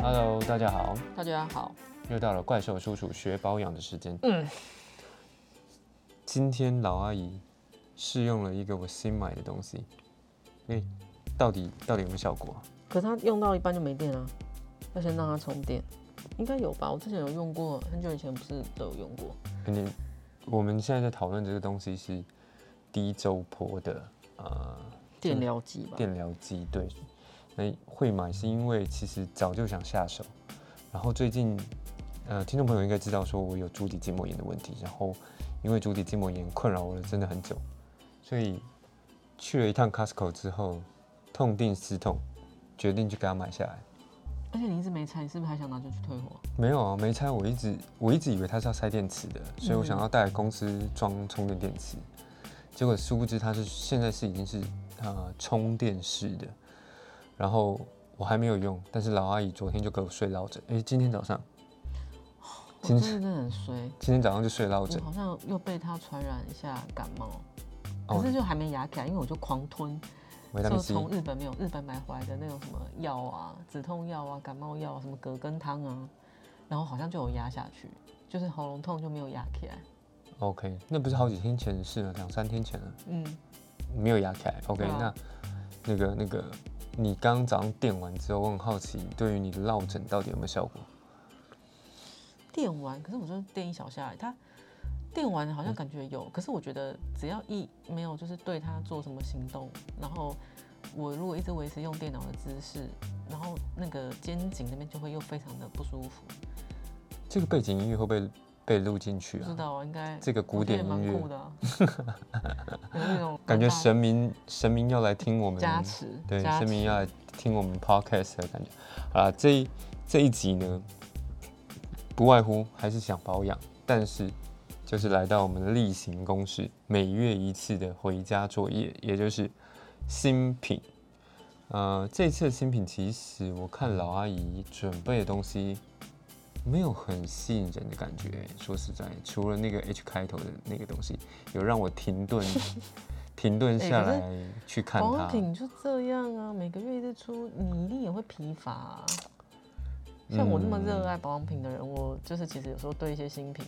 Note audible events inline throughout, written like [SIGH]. Hello，大家好，大家好，又到了怪兽叔叔学保养的时间。嗯，今天老阿姨试用了一个我新买的东西，哎、到底到底有没有效果啊、可是它用到一半就没电了，啊要先让它充电，应该有吧？我之前有用过，很久以前不是都有用过。你我们现在在讨论这个东西是低周波的呃电疗机吧，电疗机，对。那会买是因为其实早就想下手，然后最近呃听众朋友应该知道说我有足底筋膜炎的问题，然后因为足底筋膜炎困扰我了真的很久，所以去了一趟 Costco 之后痛定思痛，决定去给它买下来。而且你一直没拆，你是不是还想拿出去退货？没有啊，没拆。我一直我一直以为它是要塞电池的，所以我嗯想要带来公司装充电电池。结果殊不知它是现在是已经是呃充电式的，然后我还没有用，但是老阿姨昨天就给我睡落枕，诶，今天早上我真真是的真的很衰，今天早上就睡落我枕，好像又被它传染一下感冒，哦可是就还没牙起来，因为我就狂吞，维他就命 C，从日本没有日本买回来的那种什么药啊，止痛药啊，感冒药啊，什么葛根汤啊，然后好像就有压下去，就是喉咙痛就没有压起来。 OK，那不是好几天前的事了，两三天前了，嗯，没有牙起来。OK，、对啊那那个那个，你刚刚早上电完之后，我很好奇，对于你的落枕到底有没有效果？电完，可是我就是电一小下来，它电完嗯好像感觉有，可是我觉得只要一没有就是对它做什么行动，然后我如果一直维持用电脑的姿势，然后那个肩颈那边就会又非常的不舒服，这个背景音乐会不会被录进去不啊？知道啊，应该这个古我觉得典也蛮音乐酷的啊、 [LAUGHS] 有那种感觉蛮大神明神明要来听我们加持，对加神明持要来听我们 podcast 的感觉。好啦，这一这一集呢，不外乎还是想保养，但是就是来到我们的例行公事，每月一次的回家作业，也就是新品。呃，这次的新品其实我看老阿姨准备的东西没有很吸引人的感觉，说实在，除了那个 H 开头的那个东西，有让我停 [LAUGHS] 顿停顿哎下可是来去看保它。养品就这样啊，每个月一直出，你一定也会疲乏、啊。像我那么嗯热爱保养品的人，我就是其实有时候对一些新品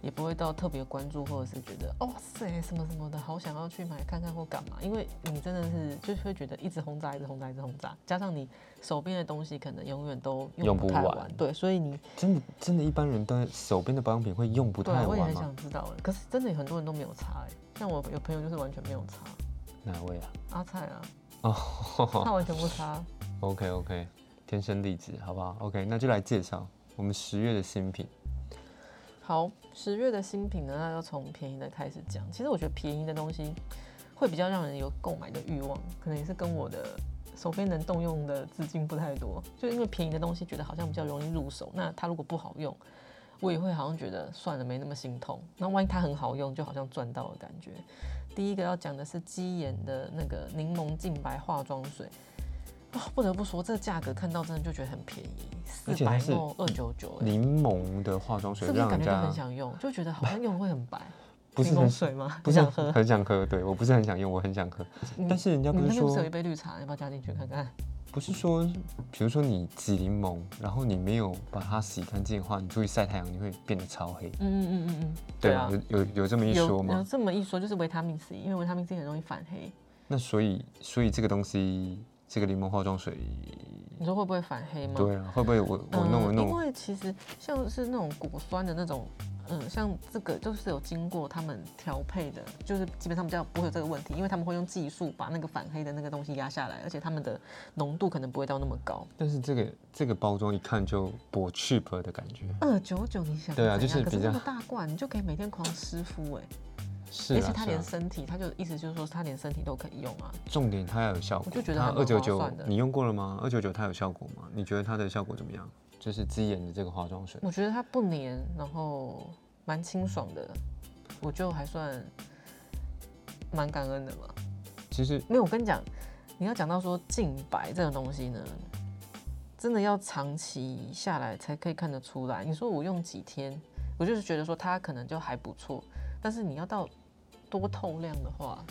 也不会到特别关注，或者是觉得哦塞什么什么的，好想要去买看看或干嘛。因为你真的是就是会觉得一直轰炸，一直轰炸，一直轰炸，加上你手边的东西可能永远都用不不太完对，所以你真的真的，一般人都手边的保养品会用不对啊太我也完啊吗？很想知道哎。可是真的有很多人都没有擦哎，像我有朋友就是完全没有擦，哪位啊？阿菜啊，哦 [LAUGHS] 他完全不擦。 ，OK OK，天生丽质，好不好？OK，那就来介绍我们十月的新品。好，十月的新品呢，那要从便宜的开始讲。其实我觉得便宜的东西会比较让人有购买的欲望，可能也是跟我的手边能动用的资金不太多，就因为便宜的东西觉得好像比较容易入手。那它如果不好用，我也会好像觉得算了，没那么心痛。那万一它很好用，就好像赚到的感觉。第一个要讲的是肌研的那个柠檬净白化妆水。啊、不得不说，这价格看到真的就觉得很便宜，四而且它百是毛二九九，欸柠檬的化妆水是不是让感人觉就家很想用，就觉得 [LAUGHS] 好像用会很白？不是柠檬很水吗？ [LAUGHS] 不你是想很喝？很想喝，对我不是很想用，我很想喝。你但是人家你不嗯是那边不是有一说杯绿茶，要不要加进去看看？不是说，比如说你挤柠檬，然后你没有把它洗干净的话，你出去晒太阳你会变得超黑，嗯嗯嗯嗯嗯，对啊吧？，有有有这么一有嗯说有吗？这么一说，就是维他命 C，因为维他命 C 很容易反黑。那所以所以这个东西，这个柠檬化妆水，你说会不会反黑吗？对啊，会不会我我嗯，弄我弄因为其实像是那种果酸的那种，嗯，像这个就是有经过他们调配的，就是基本上比较不会有这个问题，因为他们会用技术把那个反黑的那个东西压下来，而且他们的浓度可能不会到那么高。但是这个这个包装一看就薄 cheap 的感觉，二九九，你想对啊怎就是样可比是较那么大罐，你就可以每天狂湿敷哎、是而啊且他是连啊。身体，他就意思就是说他连身体都可以用啊。重点它要有效果，我就觉得它还二蛮九划九算，的你用过了吗？二九九它有效果吗？你觉得它的效果怎么样？就是肌研的这个化妆水，我觉得它不黏，然后蛮清爽的，我就还算蛮感恩的嘛。其实没有，我跟你讲，你要讲到说净白这种东西呢，真的要长期下来才可以看得出来。你说我用几天，我就是觉得说它可能就还不错，但是你要到多透亮的话，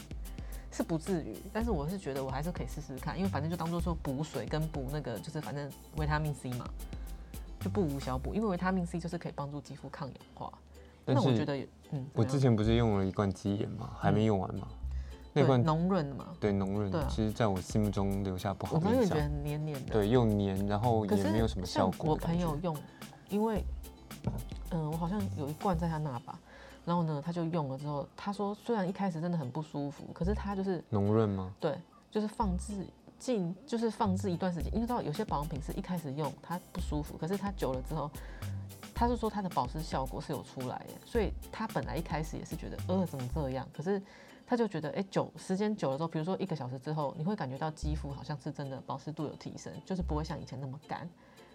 是不至于，但是我是觉得我还是可以试试看，因为反正就当做说补水跟补那个，就是反正维他命 C 嘛，就不无小补，因为维他命 C 就是可以帮助肌肤抗氧化。但那我是觉得也，嗯，我自之己前不是用了一罐肌研嘛，还没用完嘛，那罐浓润的嘛，对浓润对啊，其实在我心目中留下不好我刚刚印也觉象得。很黏黏的。对，又黏，然后可也是没有什么效像果我的感朋觉。友用，因为，嗯、我好像有一罐在他那吧，然后呢，他就用了之后，他说虽然一开始真的很不舒服，可是他就是浓润吗？对，就是放置进，就是放置一段时间，因为到有些保养品是一开始用它不舒服，可是它久了之后，他是说它的保湿效果是有出来的，所以他本来一开始也是觉得呃怎么这样，可是他就觉得哎、久时间久了之后，比如说一个小时之后，你会感觉到肌肤好像是真的保湿度有提升，就是不会像以前那么干。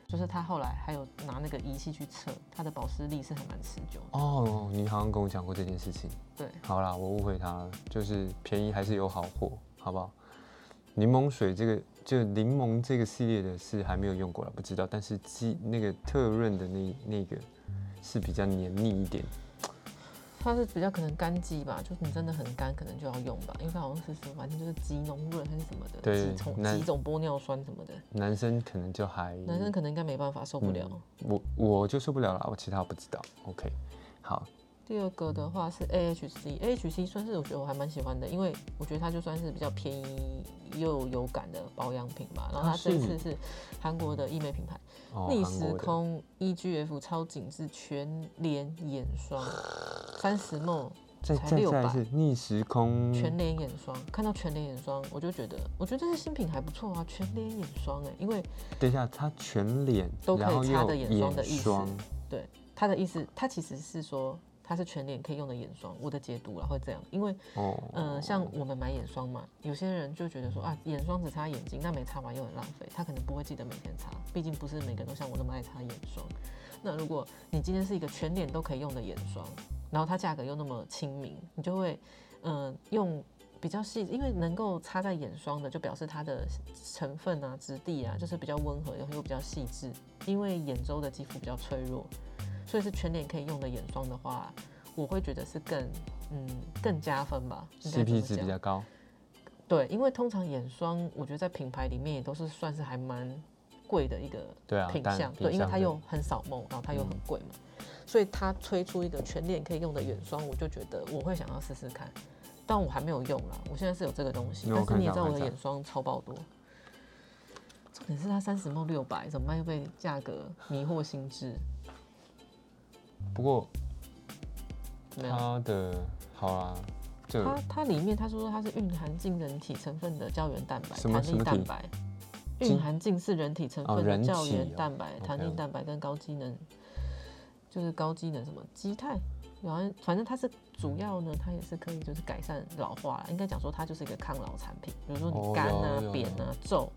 就是他后来还有拿那个仪器去测，它的保湿力是还蛮持久的。哦，你好像跟我讲过这件事情。对，好啦，我误会他了，就是便宜还是有好货，好不好？柠檬水这个，就柠檬这个系列的是还没有用过了，不知道。但是鸡那个特润的那那个是比较黏腻一点，它是比较可能干肌吧，就是你真的很干，可能就要用吧，因为它好像是什么，反正就是肌脓润还是什么的，对几种那嗯几种玻尿酸什么的，男生可能就还男生可能应该没办法，受不了。我我就受不了了，我其他我不知道。OK，好，第二个的话是 AHC，AHC 算是我觉得我还蛮喜欢的，因为我觉得它就算是比较便宜又有感的保养品吧。然后它它这一是次是韩国的医美品牌哦，逆韩时国的空 EGF 超紧致全脸眼霜，三十 ml 再才再六再来百是逆时空全脸眼霜，看到全脸眼霜，我就觉得，我觉得这些新品还不错啊，全脸眼霜哎、因为等一下，它全脸，都可以然后擦又的眼霜的意思霜它的意思，它其实是说它是全脸可以用的眼霜，我的解读啦会这样，因为哦，嗯、呃像我们买眼霜嘛，有些人就觉得说啊，眼霜只擦眼睛，那没擦完又很浪费，他可能不会记得每天擦，毕竟不是每个人都像我那么爱擦眼霜。那如果你今天是一个全脸都可以用的眼霜，然后它价格又那么亲民，你就会嗯、呃用。比较细，因为能够擦在眼霜的，就表示它的成分啊、质地啊，就是比较温和，然后又比较细致。因为眼周的肌肤比较脆弱，所以是全脸可以用的眼霜的话，我会觉得是更嗯更加分吧。应该这么 CP 值比讲较高，对，因为通常眼霜，我觉得在品牌里面也都是算是还蛮贵的一个对啊，品当然相，对，因为它对嗯又很少梦，然后它又很贵嘛，所以它推出一个全脸可以用的眼霜，我就觉得我会想要试试看，但我还没有用啦，我现在是有这个东西，那我但是看你也一知下道我我看的一下眼霜超爆多，重点是它三十梦六百，怎么办？又被价格迷惑心智，不过怎么样？它的好啦，就它它里面它说它是蕴含进人体成分的胶原蛋白、什么弹什力么体蛋白，进蕴含进是人体成哦分的人胶体原哦蛋白、弹 OK 力蛋白跟高机能，就是高机能什么肌肽，然后啊反正它是主要呢，它也是可以就是改善老化啦，应该讲说它就是一个抗老产品，比如说哦你干有有啊、扁啊、皱，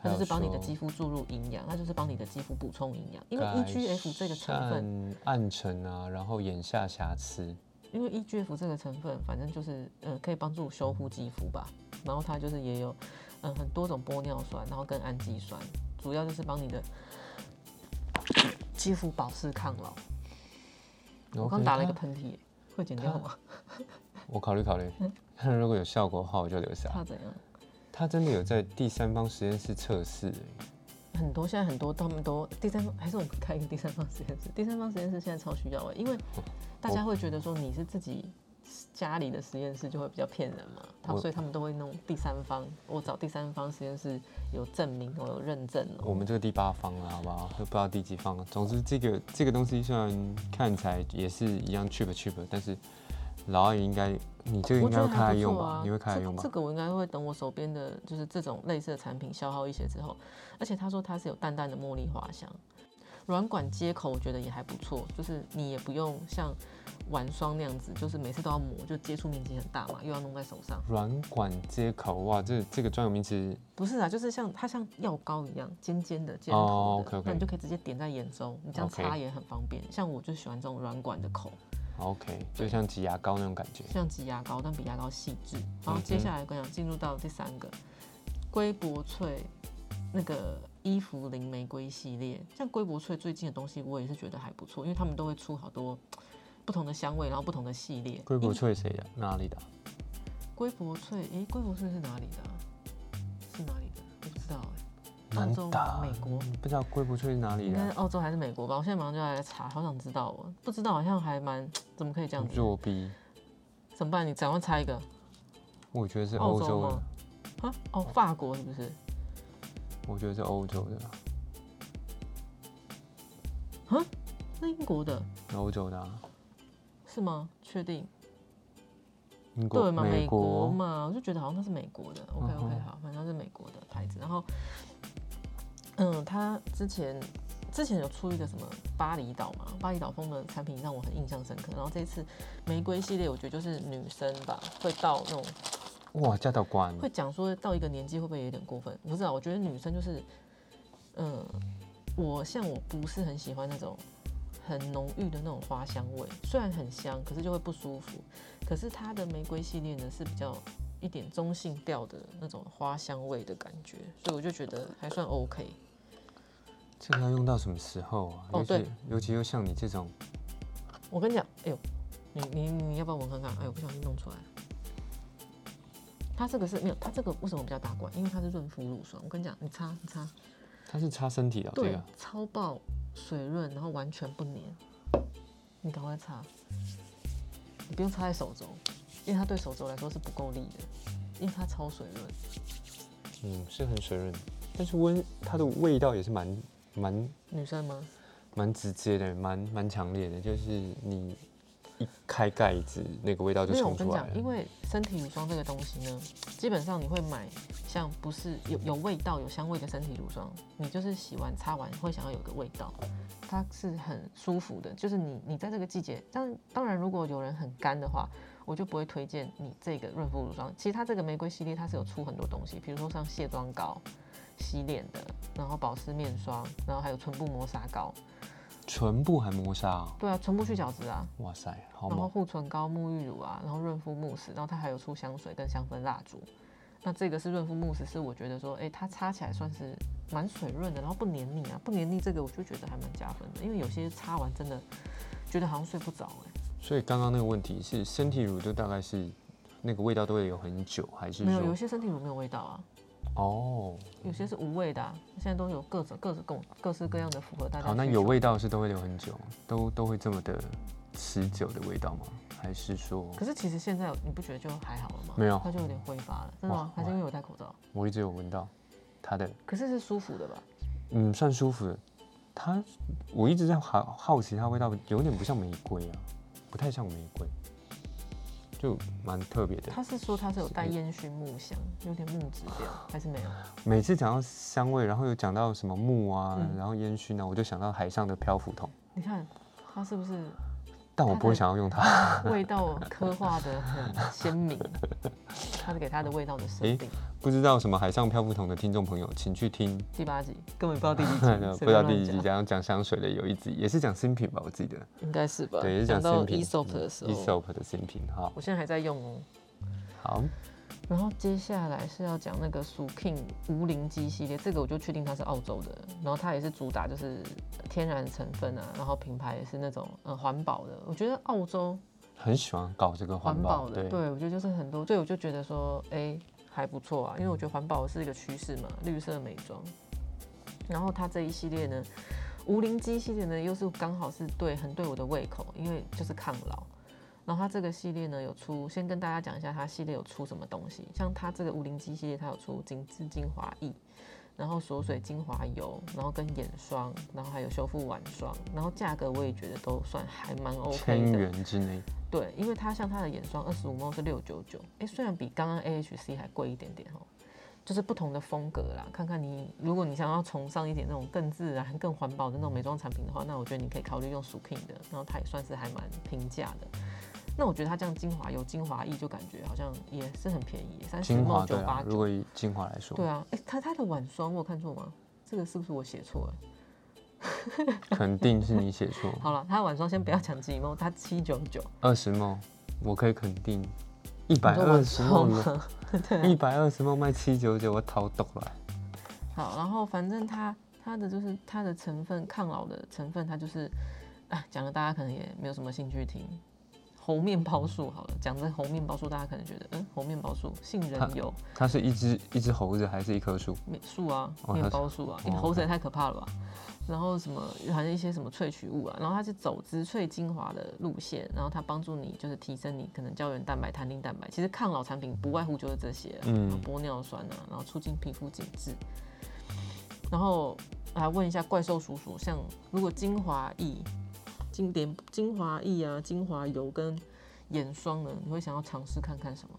它还就是有帮你的说肌肤注入营养，它就是帮你的肌肤补充营养，因为改 EGF 这个成分。善暗沉啊，然后眼下瑕疵，因为 EGF 这个成分，反正就是呃可以帮助修护肌肤吧，然后它就是也有嗯、呃很多种玻尿酸，然后跟氨基酸，主要就是帮你的肌肤保湿抗老。我刚 OK，打了一它个喷嚏耶，会剪掉吗？我考虑考虑，嗯看 [LAUGHS] 如果有效果的话我就留下。它怎样？它真的有在第三方实验室测试欸，很多现在很多他们都第三方，还是我们开一个第三方实验室。第三方实验室现在超需要哎、因为哦大家会觉得说你是自己家里的实验室就会比较骗人嘛，他我所以他们都会弄第三方，我找第三方实验室有证明，我有认证哦、我们这个第八方了，好不好？都不知道第几方了。总之，这个这个东西虽然看起来也是一样 cheap cheap，但是老阿姨应该，你这个我应该觉得会开来还不用错吧？啊，你会开来这用吧这？个我应该会等我手边的就是这种类似的产品消耗一些之后，而且他说它是有淡淡的茉莉花香，软管接口我觉得也还不错，就是你也不用像玩霜那样子，就是每次都要抹，就接触面积很大嘛，又要弄在手上。软管接口哇，这这个专有名词不是啊，就是像它像药膏一样尖尖的尖哦头的， ，OK，OK 那你就可以直接点在眼周，你这样 OK 擦也很方便。像我就喜欢这种软管的口， ，OK，就像挤牙膏那种感觉。像挤牙膏，但比牙膏细致。然后嗯哼接下来我跟你讲，进入到第三个龟柏萃那个伊芙琳玫瑰系列，像龟柏萃最近的东西我也是觉得还不错，因为他们都会出好多不同的香味，然后不同的系列。龟柏伊萃谁的？哪里的啊？龟柏翠，诶，龟柏翠是哪里的啊、是哪里的？我不知道哎、难澳洲、打。美国，不知道龟不翠是哪里应的该是啊，澳洲还是美国吧？我现在马上就要来查，好想知道哦。不知道好像还蛮怎么可以这样子？作弊。怎么办？你赶快猜一个我觉得是澳欧洲洲吗的，？啊，哦，法国是不是？我觉得是欧洲的啦，是英国的欧洲的啊，是吗？确定？英国、对嘛？美国国，嘛，我就觉得好像它是美国的。OK 嗯 OK，哼好，反正它是美国的牌子。然后，嗯，它之前之前有出一个什么巴厘岛嘛，巴厘岛风的产品让我很印象深刻。然后这一次玫瑰系列，我觉得就是女生吧，会到那种哇，加到关，会讲说到一个年纪会不会有点过分？我不知道，我觉得女生就是，嗯，我像我不是很喜欢那种很浓郁的那种花香味，虽然很香，可是就会不舒服。可是它的玫瑰系列呢是比较一点中性调的那种花香味的感觉，所以我就觉得还算 OK。这个要用到什么时候啊？哦尤对其尤其又像你这种，我跟你讲，哎呦，你你你要不要闻看看？哎呦，我不小心弄出来了。它这个是没有，它这个为什么比较大罐？因为它是润肤乳霜。我跟你讲，你擦，你擦，它是擦身体的哦、这对个，超爆水润，然后完全不黏。你赶快擦，你不用擦在手肘，因为它对手肘来说是不够力的，因为它超水润。嗯，是很水润，但是温它的味道也是蛮蛮女生吗？蛮直接的，蛮蛮强烈的，就是你一开盖子，那个味道就没有，我冲跟你出来讲，因了。为身体乳霜这个东西呢，基本上你会买像不是有有味道、有香味的身体乳霜，你就是洗完擦完会想要有个味道，它是很舒服的。就是你你在这个季节，但当然如果有人很干的话，我就不会推荐你这个润肤乳霜。其实它这个玫瑰系列它是有出很多东西，比如说像卸妆膏、洗脸的，然后保湿面霜，然后还有唇部磨砂膏。唇部还磨砂、哦，对啊，唇部去角质啊，哇塞，好然后猛！护唇膏、沐浴乳啊，然后润肤慕斯，然后它还有出香水跟香氛蜡烛。那这个是润肤慕斯，是我觉得说，哎，它擦起来算是蛮水润的，然后不黏腻啊，不黏腻这个我就觉得还蛮加分的，因为有些擦完真的觉得好像睡不着哎、所以刚刚那个问题是，身体乳就大概是那个味道都会有很久，还是没有，有说些身体乳没有味道啊，哦？有些是无味的、啊，现在都有各种各种各各式各样的符合大家。好，那有。味道是都会留很久，都都会这么的持久的味道吗？还是说可是其实现在你不觉得就还好了吗？没有它就有点挥发了，真的吗哇？还是因为我戴口罩？我一直有闻到它的，可是是舒服的吧？嗯，算舒服的。它，我一直在好好奇它的味道，有点不像玫瑰啊，不太像玫瑰，就蛮特别的。他是说他是有带是烟熏木香，有点木质调，还是没有？每次讲到香味，然后有讲到什么木啊，嗯然后烟熏啊，我就想到海上的漂浮桶，你看他是不是但我它不会的想要用它。 [LAUGHS] 味道刻画的很鲜明？他是给他的味道的设定。不知道什么海上漂浮桶的听众朋友，请去听第八集根本不知道第几集， [LAUGHS] [LAUGHS] 不随知便道乱第几集讲，讲讲香水的有一集，也是讲新品吧，我记得，应该是吧？对，也是讲讲到新品。 Esop 的时 e 候， s p 的新品，好，我现在还在用哦。好，然后接下来是要讲那个 s u k i n 无灵机系列，这个我就确定它是澳洲的，然后它也是主打就是天然成分啊，然后品牌也是那种呃环保的。我觉得澳洲很喜欢搞这个环环保保，的，对我觉得就是很多，所以我就觉得说，哎、还不错啊，因为我觉得环保是一个趋势嘛，绿色美妆。然后它这一系列呢，无灵机系列呢，又是刚好是对很对我的胃口，因为就是抗老。然后它这个系列呢有出，先跟大家讲一下它系列有出什么东西，像它这个无灵机系列，它有出紧致精华液，然后锁水精华油，然后跟眼霜，然后还有修复晚霜，然后价格我也觉得都算还蛮 OK 的，千元之内，对，因为它像它的眼霜二十五 ml 是六九九，哎，虽然比刚刚 AHC 还贵一点点哦，就是不同的风格啦。看看你，如果你想要崇尚一点那种更自然、更环保的那种美妆产品的话，那我觉得你可以考虑用 s u k i n 的，然后它也算是还蛮平价的。那我觉得它这样精华油、精华液就感觉好像也是很便宜，三十精 ml 华九对八啊，如九。果以精华来说对，啊，哎，它它的晚霜我有看错吗？这个是不是我写错了？肯定是你写错，好了，它的晚霜先不要讲几 ml，它七九九，二十梦，我可以肯定，一百你说晚二十梦霜吗啊了。？ [LAUGHS] 一百二十梦卖七九九，我掏抖了。好，然后反正它它的就是它的成分抗老的成分，它就是啊讲了大家可能也没有什么兴趣听，红面包树好了，讲这红面包树，大家可能觉得，嗯，红面包树、杏仁油、它是一只一只猴子还是一棵树？面树啊、哦面它是包树啊，哦因为猴子也太可怕了吧。然后什么，好像一些什么萃取物啊，然后它是走植萃精华的路线，然后它帮助你就是提升你可能胶原蛋白、弹力蛋白。其实抗老产品不外乎就是这些、啊，嗯玻尿酸啊，然后促进皮肤紧致。然后来问一下怪兽叔叔，像如果精华液、经典精华液啊、精华油跟眼霜呢，你会想要尝试看看什么？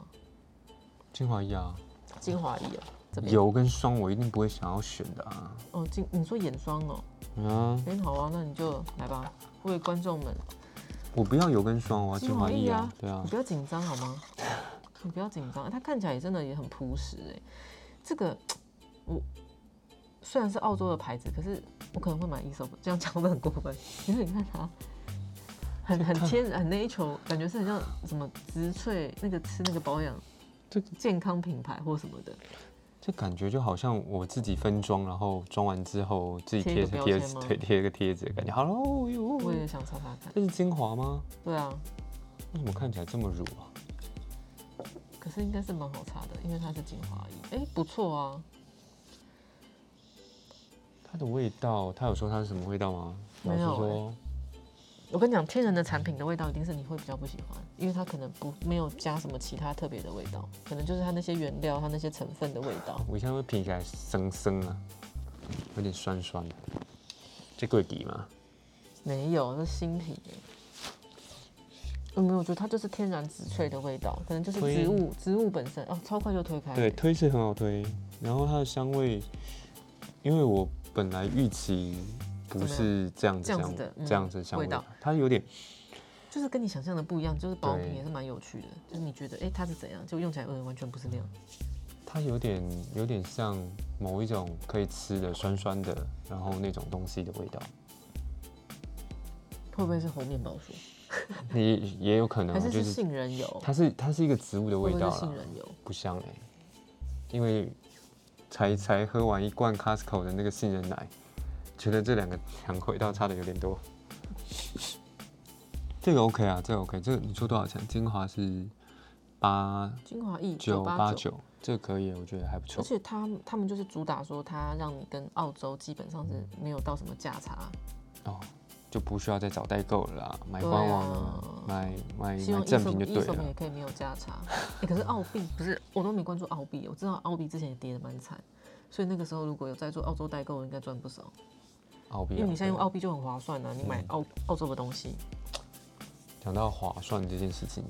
精华液啊，精华液啊，这边油跟霜我一定不会想要选的啊。哦，精你说眼霜哦，嗯，嗯，好啊，那你就来吧，为观众们，我不要油跟霜，我要精华液啊。对啊你，不要紧张好吗？你不要紧张，它看起来也真的也很朴实哎、这个我虽然是澳洲的牌子，可是我可能会买一手，这样讲的很过分。因为你看它很很天很 natural，感觉是很像什么植萃那个吃那个保养这健康品牌或什么的，这感觉就好像我自己分装，然后装完之后自己贴贴一贴个标贴签吗对贴一个贴纸，感觉好喽哟。我也想擦擦看。这是精华吗？对啊，为什么看起来这么乳啊？可是应该是蛮好擦的，因为它是精华液，哎、不错啊。它的味道，它有说它是什么味道吗？没有欸老实说，我跟你讲，天然的产品的味道一定是你会比较不喜欢，因为它可能不没有加什么其他特别的味道，可能就是它那些原料、它那些成分的味道。我现在会品起来生生啊，有点酸酸的。这贵底吗？没有，那新品耶。嗯，没有，我觉得它就是天然植萃的味道，可能就是推植物植物本身哦，超快就推开。对，，推是很好推，然后它的香味，因为我本来预期不怎么样是这样子这样子香的嗯这样子的香味道它有点就是跟你想象的不一样，就是保养品对也是蛮有趣的，就是你觉得哎、诶它是怎样，就用起来嗯完全不是那样。它有点有点像某一种可以吃的酸酸的，然后那种东西的味道，会不会是红面包树，也也有可能还啊是就是是杏仁油？它是它是一个植物的会味不道会是杏啦，仁油？不像哎、因为才才喝完一罐 Costco 的那个杏仁奶，觉得这两个两个味道差的有点多。 [LAUGHS] 这个 OK 啊，这个 OK，这个你说多少钱？精华是八精华液九八989九，这个可以，我觉得还不而错。且他们他们就是主打说，它让你跟澳洲基本上是没有到什么价差，哦，就不需要再找代购了啦，买对官啊网啊，买买希买望正品就 e 对 s o 也了。可以没有价差。 [LAUGHS] 欸可是澳币不是，我都没关注澳币，我知道澳币之前也跌得蛮惨，所以那个时候如果有在做澳洲代购，我应该赚不少，澳币啊，嗯因为你现在用对澳币就很划算啊，你买澳澳洲的东西，讲到划算这件事情，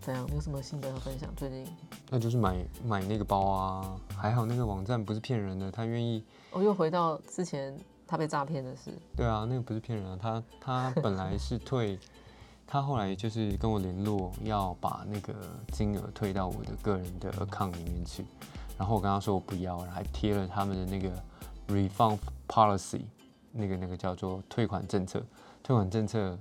怎样？你有什么心得要分享？最近那就是买买那个包啊，还好那个网站不是骗人的，他愿意。我哦又回到之前他被诈骗的事，对啊，那个不是骗人啊，他他 [LAUGHS] 本来是退，他后来就是跟我联络，要把那个金额退到我的个人的 account 里面去，然后我跟他说我不要，然后还贴了他们的那个 refund policy，那个那个叫做退款政策，退款政策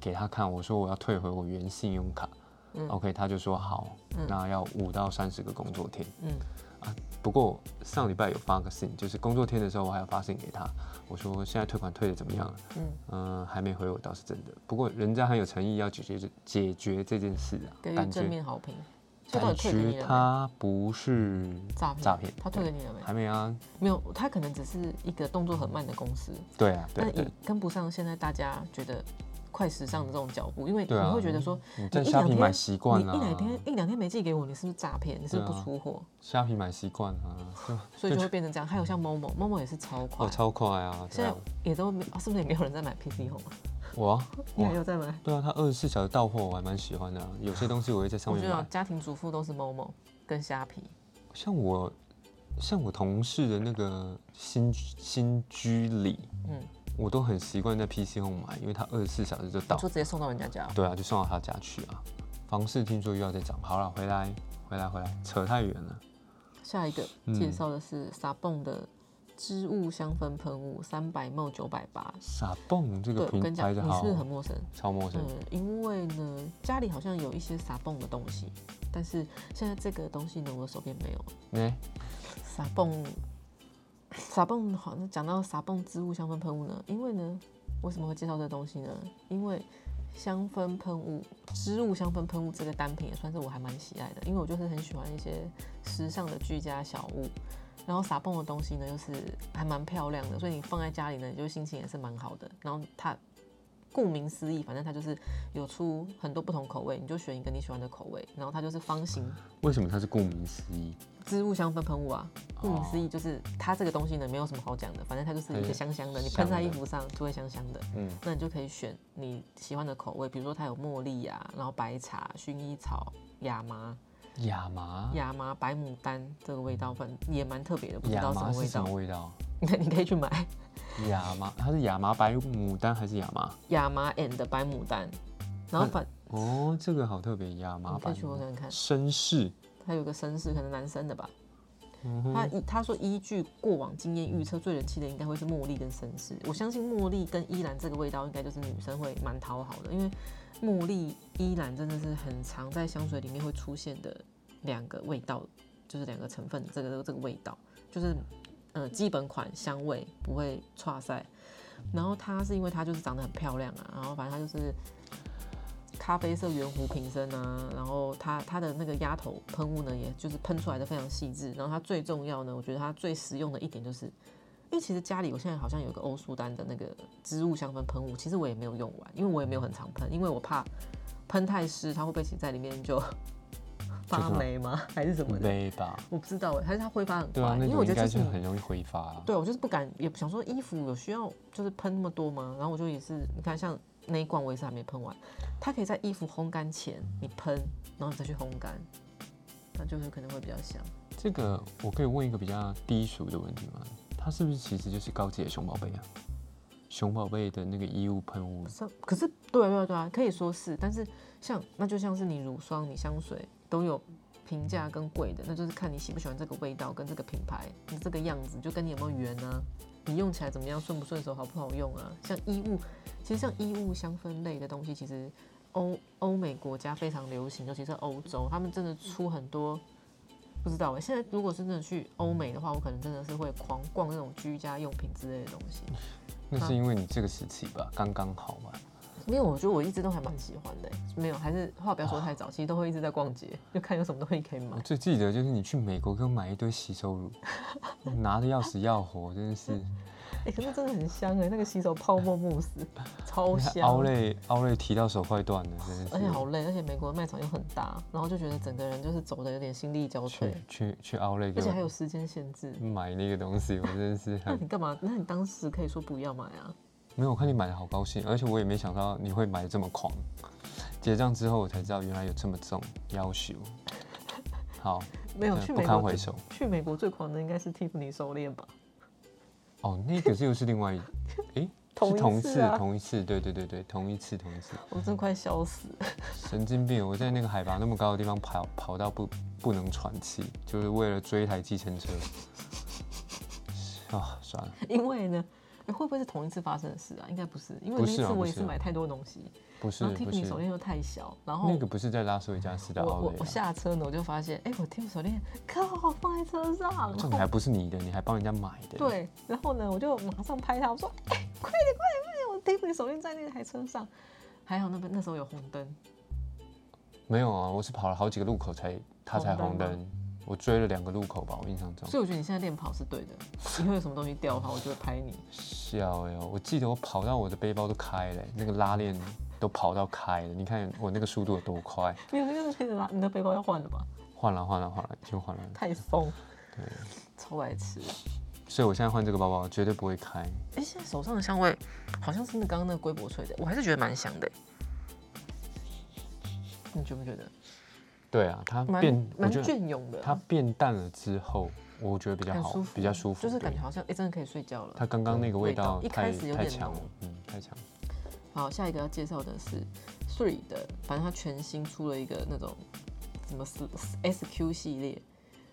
给他看，我说我要退回我原信用卡、嗯 o k 他就说好，嗯那要五到三十个工作天。嗯，不过上礼拜有发个信，就是工作天的时候，我还有发信给他，我说现在退款退的怎么样了？嗯嗯、还没回我倒是真的。不过人家很有诚意要解决这解决这件事啊，给予感正觉面好评，所以到感底退给你觉了没？他不是诈骗，诈骗他退给你了没？还没啊？没有，他可能只是一个动作很慢的公司，对啊，对但啊对也，跟不上现在大家觉得快时尚的这种脚步，因为你对啊会觉得说，你在你一虾两皮天买习惯啊你了、一两天一两天没寄给我，你是不是诈骗？你是不是对不啊出货？虾皮买习惯啊，就所以就会变成这样。还有像 Momo，Momo 也是超快，哦超快啊！现对在啊，也都没、啊，是不是也没有人在买 PC Home？、啊、我啊你哇还有在买？对啊，他二十四小时到货，我还蛮喜欢的啊、有些东西我会在上我面觉得买啊。家庭主妇都是 Momo 跟虾皮，像我，像我同事的那个新居新居里，嗯，我都很习惯在 PC Home 买，因为它二十四小时就到就。直接送到人家家。哦对啊，就送到他家去啊。房市听说又要再涨，好了，回来，回来，回来，扯太远了。下一个嗯介绍的是 Sabon 的织物香氛喷雾，三百 ml 九百八。傻蹦这对，个我跟品你牌讲，的你是好不是，很陌生？超陌生。嗯，因为呢，家里好像有一些撒蹦的东西，但是现在这个东西呢，我手边没有。那撒蹦，撒蹦好，那讲到撒蹦植物香氛喷雾呢，因为呢，为什么会介绍这个东西呢？因为香氛喷雾，织物香氛喷雾这个单品也算是我还蛮喜爱的，因为我就是很喜欢一些时尚的居家小物。然后撒蹦的东西呢，就是还蛮漂亮的，所以你放在家里呢，你就心情也是蛮好的。然后它顾名思义，反正它就是有出很多不同口味，你就选一个你喜欢的口味。然后它就是方形为什么它是顾名思义？织物香氛喷雾啊，顾名思哦义就是它这个东西呢没有什么好讲的，反正它就是一个香香的，你香喷在衣的服上就会香香的。嗯，那你就可以选你喜欢的口味，比如说它有茉莉啊，然后白茶、薰衣草、亚麻、亚麻，亚麻、白牡丹这个味道，反正也蛮特别的，不知亚道什麻么是味什道么。味道？ [LAUGHS] 那你可以去买亚麻，它是亚麻白牡丹还是亚麻？亚麻 and 白牡丹，然后反哦，这个好特别，亚麻哦你可白以去牡我丹看看，绅士，它有一个绅士，可能男生的吧。嗯他哼，依他说依据过往经验预测，最人气的应该会是茉莉跟绅士。我相信茉莉跟依兰这个味道，应该就是女生会蛮讨好的，因为茉莉、依兰真的是很常在香水里面会出现的两个味道，就是两个成分，这个这个这个味道就是呃基本款香味不会差赛。然后它是因为它就是长得很漂亮啊，然后反正它就是咖啡色圆弧瓶身啊，然后它它的那个鸭头喷雾呢，也就是喷出来的非常细致。然后它最重要呢，我觉得它最实用的一点就是，因为其实家里我现在好像有一个欧舒丹的那个植物香氛喷雾，其实我也没有用完，因为我也没有很常喷，因为我怕喷太湿，它会不会其实在里面就发霉吗？ [LAUGHS] 还是什么的？杯吧，我不知道哎，还是它挥发很快？嗯对啊，那因为种我觉应得该就是是你很容易挥发啊。对，我就是不敢，也不想说衣服有需要就是喷那么多吗？然后我就也是，你看像那一罐我也是还没喷完，它可以在衣服烘干前你喷，然后你再去烘干，那就是可能会比较香。这个我可以问一个比较低俗的问题吗？它是不是其实就是高级的熊宝贝啊？熊宝贝的那个衣物喷雾，像可是对啊对啊对啊，可以说是，但是像那就像是你乳霜、你香水都有平价跟贵的，那就是看你喜不喜欢这个味道跟这个品牌，你这个样子就跟你有没有缘啊，你用起来怎么样，顺不顺手，好不好用啊？像衣物，其实像衣物香氛类的东西，其实欧欧美国家非常流行，尤其是欧洲，他们真的出很多。不知道哎、现在如果真的去欧美的话，我可能真的是会狂逛那种居家用品之类的东西。那是因为你这个时期吧，刚刚好吧。没有，我觉得我一直都还蛮喜欢的欸。没有，还是话不要说太早，其实都会一直在逛街，就看有什么东西可以买我。最记得就是你去美国给我买一堆洗手乳， [LAUGHS] 拿的要死要活，真的是。哎、可是真的很香哎，那个洗手泡沫慕斯超 [LAUGHS] 奥香，瑞奥瑞提到手快断了，真的是。而且好累，而且美国的卖场又很大，然后就觉得整个人就是走的有点心力交瘁去，去去奥瑞给欸而且还有我时间限制。买那个东西，我真的是那很你干嘛？那你当时可以说不要买啊？没有。我看你买的好高兴，而且我也没想到你会买的这么狂。结账之后我才知道原来有这么重要求。好，没有，嗯哎去不美堪国回最首。去美国最狂的应该是蒂芙尼手链吧？哦，那个又是另外一，诶，同是一同次次啊同一次，对对对对，同一次同一次。我真快笑死。神经病！我在那个海拔那么高的地方跑跑到不不能喘气，就是为了追一台计程车。 [LAUGHS] 啊，算了，因为呢，哎会不会是同一次发生的事啊？应该不是，因为不那一是啊次不我也是是啊买太多东西，不是然后蒂不芙是尼，手链又太小，然后那个不是在拉斯维加斯的我奥我雷我啊，下车呢，我就发现，哎、我 Tiff 手链，靠，放在车上，然这你还后不是你的，你还帮人家买的。，对，然后呢，我就马上拍他，我说，哎、快点快点快点，我 Tiff 手链在那台车上，还好那边那时候有红灯，没有啊，我是跑了好几个路口才他才红红灯吗灯，我追了两个路口吧，我印象中。所以我觉得你现在练跑是对的，以后有什么东西掉的话，我就会拍你，笑哎、我记得我跑到我的背包都开了欸、那个拉链都跑到开了，你看我那个速度有多快。你有那个那个啦，你的背包要换了吧？换了换了换了，已经换了。太松，超白痴。所以我现在换这个包包绝对不会开。哎、现在手上的香味好像是那刚刚那个龟柏萃的，我还是觉得蛮香的、你觉不觉得？对啊，它蛮变，我蛮觉得隽永的啊、它变淡了之后，我觉得比较很好舒，服，比较舒服，就是对感觉好像哎、真的可以睡觉了。它刚刚那个味味道道一太开始有太点强了浓，嗯，太强了。好，下一个要介绍的是 Three 的，反正它全新出了一个那种什么 S SQ 系列，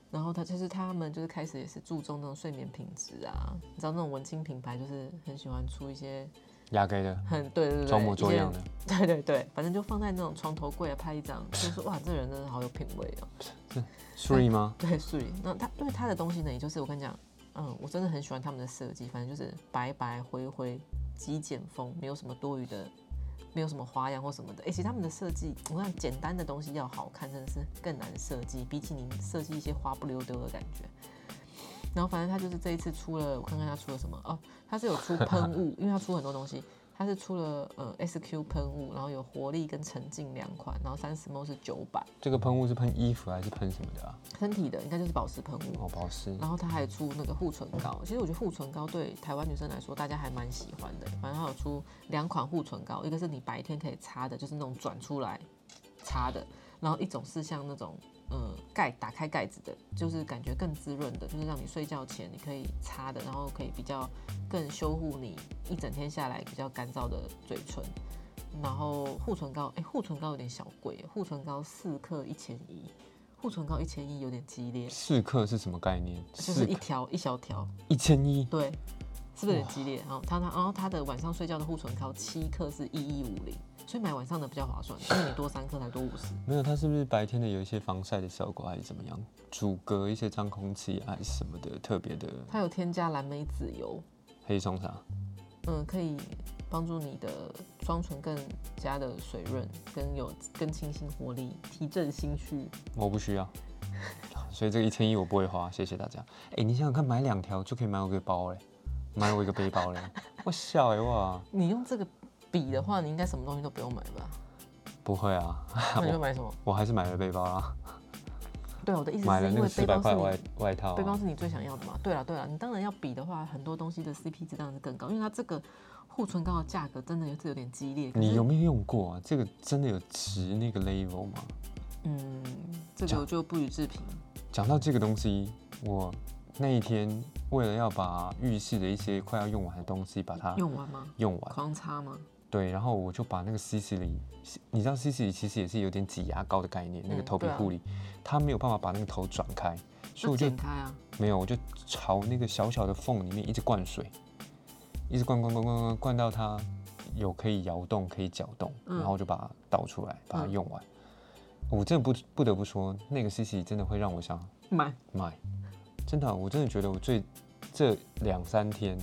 然后它就是他们就是开始也是注重那种睡眠品质啊，你知道那种文青品牌就是很喜欢出一些压给的，很对对对装模一作些样的， [LAUGHS] 对对对，反正就放在那种床头柜啊拍一张，就说哇这人真的好有品味哦。 three 吗？ [LAUGHS] 对 Three，那它因为它的东西呢，也就是我跟你讲，嗯，我真的很喜欢他们的设计，反正就是白白灰灰极简风，没有什么多余的没有什么花样或什么的。哎、其实他们的设计，我看简单的东西要好看，真的是更难设计，比起你设计一些花不溜丢的感觉。然后反正他就是这一次出了，我看看他出了什么哦，他是有出喷雾，因为他出很多东西，他是出了呃 SQ 喷雾，然后有活力跟沉静两款，然后三十 ml 是九百，这个喷雾是喷衣服还是喷什么的啊？身体的应该就是保湿喷雾。哦，保湿。然后它还出那个护唇膏，其实我觉得护唇膏对台湾女生来说，大家还蛮喜欢的。反正它有出两款护唇膏，一个是你白天可以擦的，就是那种转出来擦的，然后一种是像那种呃盖打开盖子的，就是感觉更滋润的，就是让你睡觉前你可以擦的，然后可以比较更修护你一整天下来比较干燥的嘴唇。然后护唇膏，哎，护唇膏有点小贵，护唇膏四克一千一，护唇膏一千一有点激烈。四克是什么概念？就是四一克条一小条，一千一，对，是不是很激烈？然后它它然后它的晚上睡觉的护唇膏七克是一一五零，所以买晚上的比较划算，因为你多三克才多五十。没有，它是不是白天的有一些防晒的效果还是怎么样？阻隔一些脏空气啊还是什么的特别的它有添加蓝莓籽油，黑松啥？嗯，可以帮助你的双唇更加的水润，跟有更清新活力，提振心绪。我不需要， [LAUGHS] 所以这个一千一我不会花，谢谢大家。哎、你想想看，买两条就可以买我一个包嘞，买我一个背包嘞， [LAUGHS] 我笑哎、哇，你用这个比的话，你应该什么东西都不用买 [LAUGHS] 吧？不会啊，那你会买什么？我还是买了背包啊，对啊，我的意思买是了因那为个四背百包块是外你外套、背包啊，是你最想要的嘛？对了对了，你当然要比的话，很多东西的 CP 值当然是更高，因为它这个护唇膏的价格真的有是有点激烈。可是你有没有用过啊？这个真的有值那个 level 吗？嗯，这这个样我就不予置评。讲到这个东西，我那一天为了要把浴室的一些快要用完的东西把它用完吗？用啊完，狂擦吗？对，然后我就把那个 CC 里，你知道 CC 里其实也是有点挤牙膏的概念，那个嗯头皮对啊护理，它没有办法把那个头转开，所以那我就剪开啊！没有，我就朝那个小小的缝里面一直灌水，一直灌灌灌灌灌灌到它有可以摇动、可以搅动，嗯然后就把它倒出来，把它嗯用完。我真的不不得不说，那个 CC 真的会让我想买买，真的啊、我真的觉得我最这两三天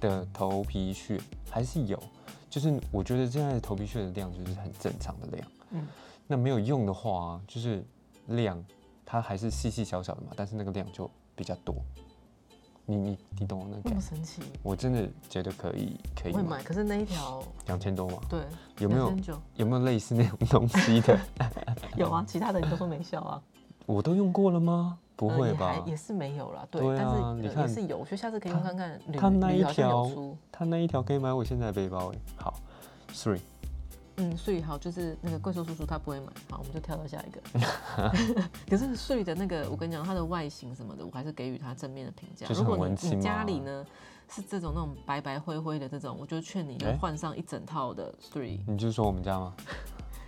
的头皮屑还是有，就是我觉得现在的头皮屑的量就是很正常的量。嗯那没有用的话、啊，就是量它还是细细小小的嘛，但是那个量就比较多。你你你懂我那那感么觉？神奇，我真的觉得可以可我以嗯会买买。可是那一条两千多嘛，对有没有2900有没有类似那种东西 [LAUGHS] 的？有啊，其他的你都说没效啊？我都用过了吗？不呃会也吧还？也是没有啦，对，对啊但是呃你看也是有，我觉得下次可以它用看看铝。它那铝一好像有条出它那一条可以买我现在的背包哎、好，three。嗯，税好，就是那个贵叔叔叔他不会买，好，我们就跳到下一个。 [LAUGHS] [LAUGHS] 可是税的那个，我跟你讲，它的外形什么的，我还是给予它正面的评价。就是如很果文你青你家嘛里呢是这种那种白白灰灰的这种，我就劝你就哎换上一整套的 three，、你就说我们家吗？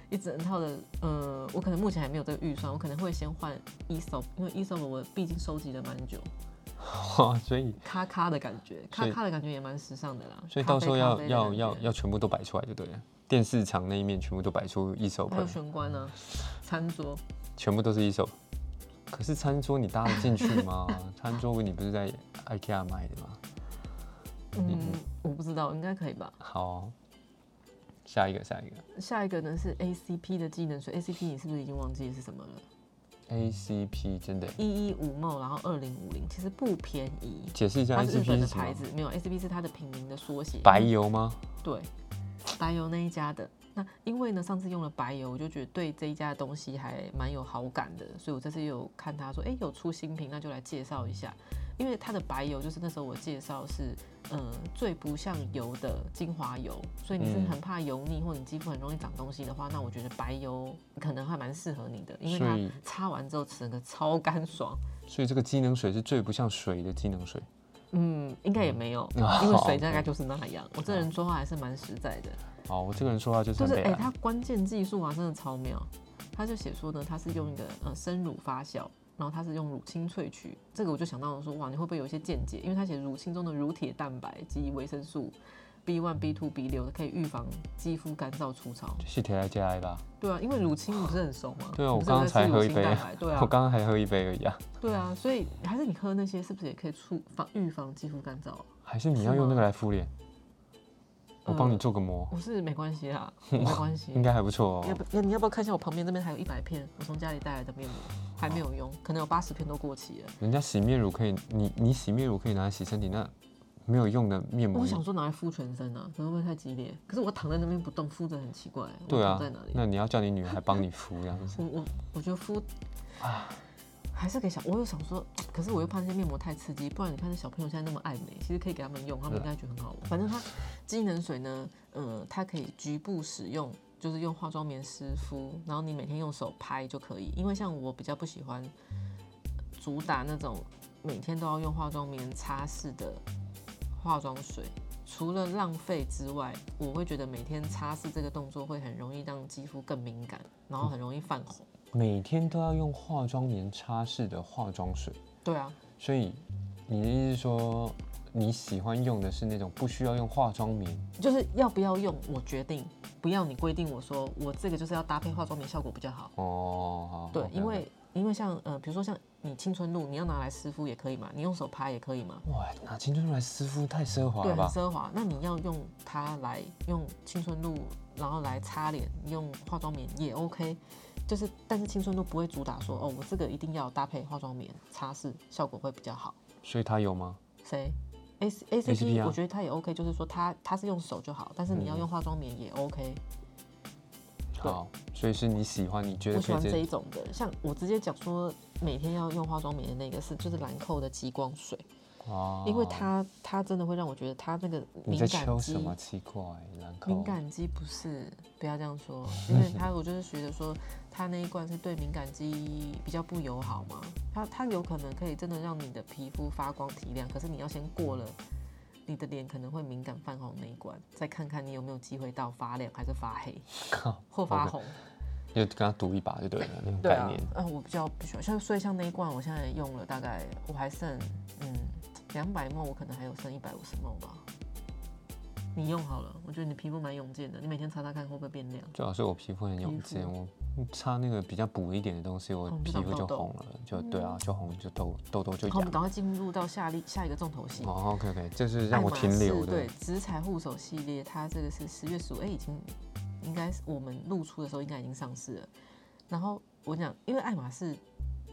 一整套的。呃，我可能目前还没有这个预算，我可能会先换 e s o p 因为 e s o p 我毕竟收集了蛮久，哇，所以咔咔的感觉，所咔以咔的感觉也蛮时尚的啦。所以咖到啡时候咖要啡的要感要觉要全部都摆出来就对了。电视墙那一面全部都摆出一手还有盆，玄关啊，餐桌。全部都是一手。可是餐桌你搭得进去 [LAUGHS] 吗？餐桌你不是在 IKEA 买的吗？嗯，我不知道，应该可以吧？好哦，下一个下一个下一个呢是 ACP 的技能水，ACP 你是不是已经忘记是什么了？ ACP 真的一一五梦，然后二零五零，其实不便宜。解释一下它是日 ACP 本是的什牌么？子，没有 ACP 是它的品名的缩写。白油吗？对，白油那一家的。那因为呢，上次用了白油，我就觉得对这一家的东西还蛮有好感的，所以我这次又有看他说，哎、有出新品，那就来介绍一下。因为它的白油就是那时候我介绍是，呃，最不像油的精华油，所以你是嗯很怕油腻或你肌肤很容易长东西的话，那我觉得白油可能还蛮适合你的，因为所它以擦完之后整个超干爽。所以这个机能水是最不像水的机能水。嗯，应该也没 [LAUGHS] 有，因为水大概就是那样。我这人说话还是蛮实在的。哦，我这个人说话就是就很北是哎、欸兰它关键技术啊，真的超妙。他就写说呢，它是用一个呃生乳发酵，然后它是用乳清萃取。这个我就想到了说，哇，你会不会有一些见解？因为它写乳清中的乳铁蛋白及维生素 B one、B two、B 六可以预防肌肤干燥粗糙。是铁来加来吧？对啊，因为乳清你不是很熟吗？对啊你我不是刚有刚在才吃喝乳一清杯蛋白对 [LAUGHS] 我啊，刚刚还喝一杯而已啊，对啊，所以还是你喝那些是不是也可以促防预防肌肤干燥啊？嗯还是你要用那个来敷脸？我帮你做个膜，我是没关系 [LAUGHS] 啦，我没关系。应该还不错要哦。不，那你要不要看一下我旁边这边还有一百片我从家里带来的面膜，还没哦有用，可能有八十片都过期了。人家洗面乳可以，你你洗面乳可以拿来洗身体，那没有用的面膜我，想说拿来敷全身啊，可能会不会太激烈？可是我躺在那边不动，敷着很奇怪。我对啊躺在哪，里？那你要叫你女儿还帮你敷这样子。我我我觉得敷还是给小，我又想说，可是我又怕那些面膜太刺激，不然你看那小朋友现在那么爱美，其实可以给他们用，他们应该觉得很好玩。反正它机能水呢，呃，它可以局部使用，就是用化妆棉湿敷，然后你每天用手拍就可以。因为像我比较不喜欢主打那种每天都要用化妆棉擦拭的化妆水。除了浪费之外，我会觉得每天擦拭这个动作会很容易让肌肤更敏感，然后很容易泛红。 [LAUGHS] 每天都要用化妆棉擦拭的化妆水，对啊，所以你的意思是说你喜欢用的是那种不需要用化妆棉？就是要不要用，我决定；不要你规定我说我这个就是要搭配化妆棉效果比较好。哦，好，对， OK，OK 因为因为像呃，比如说像你青春露，你要拿来湿敷也可以嘛，你用手拍也可以嘛，哇，拿青春露来湿敷太奢华对，了很吧？奢华。那你要用它来用青春露，然后来擦脸，用化妆棉也 OK。就是，但是青春露不会主打说哦，我这个一定要搭配化妆棉擦拭，效果会比较好。所以它有吗？谁？A C A C P， ACP 啊嗯我觉得它也 OK，就是说它它是用手就好，但是你要用化妆棉也 OK。对好，所以是你喜欢，你觉得我喜可以欢这接一种的，像我直接讲说每天要用化妆棉的那个是就是兰蔻的极光水，哦因为它它真的会让我觉得它那个你敏在感挑肌什么奇怪？兰蔻敏感肌不是不要这样 [LAUGHS] 说，因为它我就是觉得说它那一罐是对敏感肌比较不友好嘛，它它有可能可以真的让你的皮肤发光提亮，可是你要先过了。你的脸可能会敏感泛红那一关，再看看你有没有机会到发亮还是发 [LAUGHS] 黑靠，或发好的红。就跟他赌一把就对了那种对概啊念。，嗯、我比较不喜欢，像所以像那一罐，我现在用了大概，我还剩嗯两百沫，我可能还有剩一百五十沫吧。你用好了，我觉得你皮肤蛮勇健的，你每天擦擦看会不会变亮。最好是我皮肤很皮有肤见，我擦那个比较补一点的东西，我哦你皮就长肤就痘痘红了，就对啊，就红就痘痘痘就好，我痒。们赶快进入到下一下一个重头戏。哦，OK OK，这是爱让我马停仕留的对，植彩护手系列，它这个是十月十五，哎，已经应该是我们露出的时候应该已经上市了。然后我讲，因为爱马仕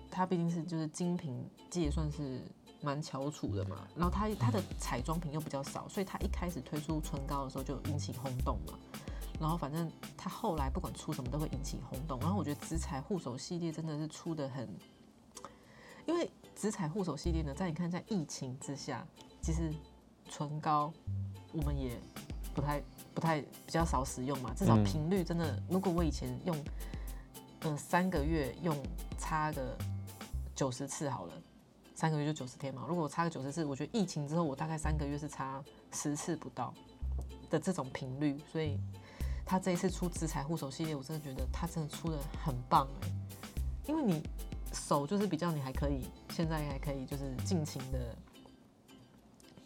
它毕竟是就是精品界算是蛮翘楚的嘛，然后它它嗯的彩妆品又比较少，所以它一开始推出唇膏的时候就引起轰动嘛。然后反正它后来不管出什么都会引起轰动。然后我觉得紫彩护手系列真的是出的很，因为紫彩护手系列呢，在你看在疫情之下，其实唇膏我们也不太不太比较少使用嘛，至少嗯频率真的，如果我以前用，呃，三个月用擦个九十次好了。三个月就九十天嘛，如果我擦个九十次，我觉得疫情之后我大概三个月是擦十次不到的这种频率，所以他这一次出紫彩护手系列，我真的觉得他真的出的很棒哎、因为你手就是比较你还可以，现在还可以就是尽情的，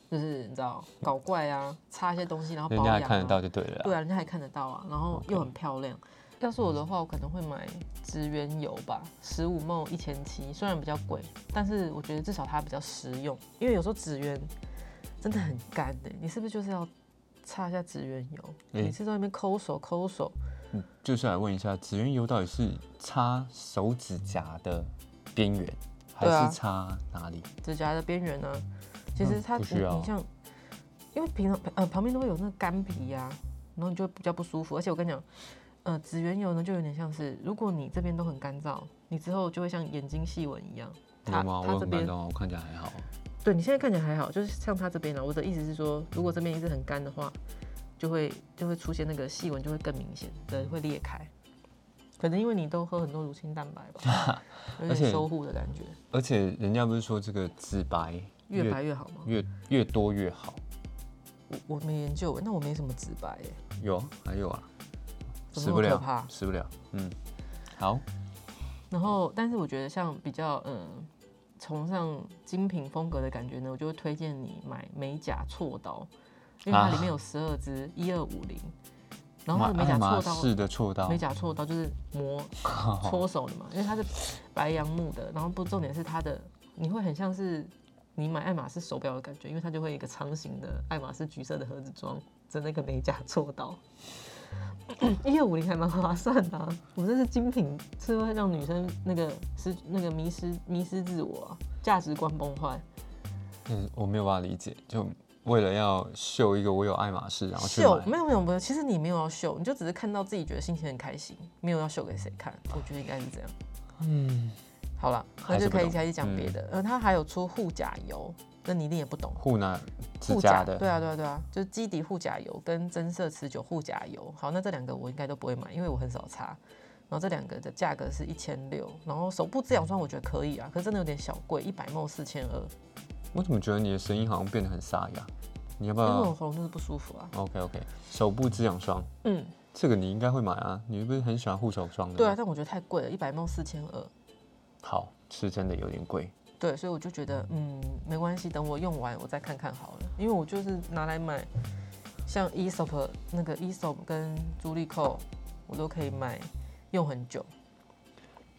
就是你知道搞怪啊，擦一些东西，然后人保家养、还啊，看得到就对了对啦。啊，人家还看得到啊，然后 OK 又很漂亮。要是我的话，我可能会买植原油吧，十五梦一千七，虽然比较贵，但是我觉得至少它比较实用。因为有时候植原真的很干哎、你是不是就是要擦一下植原油？哎每次在那边抠手抠手，就是来问一下，紫源油到底是擦手指甲的边缘，还对啊是擦哪里？指甲的边缘呢，其实嗯它、不需你要你像，因为平常呃旁边都会有那个干皮呀、然后你就会比较不舒服。而且我跟你讲，呃，紫原油呢就有点像是，如果你这边都很干燥，你之后就会像眼睛细纹一样。它有吗？我它很这感边，动，我看起来还好。对你现在看起来还好，就是像它这边啊呢。我的意思是说，如果这边一直很干的话，就会就会出现那个细纹，就会更明显，对，会裂开。可能因为你都喝很多乳清蛋白吧， [LAUGHS] 有而且点修护的感觉，而且人家不是说这个紫白越白越好吗？越越多越好？我我没研究，那我没什么直白欸耶。有啊，还有啊，怎么死不那么可了怕，死不了。嗯，好，然后，但是我觉得像比较嗯崇尚精品风格的感觉呢，我就会推荐你买美甲锉刀，因为它啊里面有十二支一二五零，然后马它的美甲爱马锉刀，仕的锉刀美，甲锉刀就是 [LAUGHS] 磨搓手的嘛，因为它是白杨木的，然后不重点是它的，你会很像是你买爱马仕手表的感觉，因为它就会有一个长形的爱马仕橘色的盒子装，着那个美甲做到。一六五零还蛮划算的、啊，我这是精品，是会让女生那个失那个迷失迷失自我、啊，价值观崩坏。嗯，我没有办法理解，就为了要秀一个我有爱马仕，然后去秀买没有没有没有，其实你没有要秀，你就只是看到自己觉得心情很开心，没有要秀给谁看。我觉得应该是这样。嗯，好了，那还是就不可以懂嗯开始讲别的。呃，它还有出护甲油，那你一定也不懂。护哪指护甲甲的，对啊对啊对啊，就是基底护甲油跟增色持久护甲油。好，那这两个我应该都不会买，因为我很少擦。然后这两个的价格是一千六，然后手部滋养霜我觉得可以啊，可是真的有点小贵，一百毛四千二，我怎么觉得你的声音好像变得很沙哑？你要不因为我要喉咙就是不舒服啊。 ？OK OK，手部滋养霜，嗯，这个你应该会买啊，你不是很喜欢护手霜的？对啊，，但我觉得太贵了，一百毛四千二。好，是真的有点贵。对，所以我就觉得，嗯，没关系，等我用完我再看看好了，因为我就是拿来买，像 Esop 那个 Esop 跟朱莉蔻，我都可以买用很久。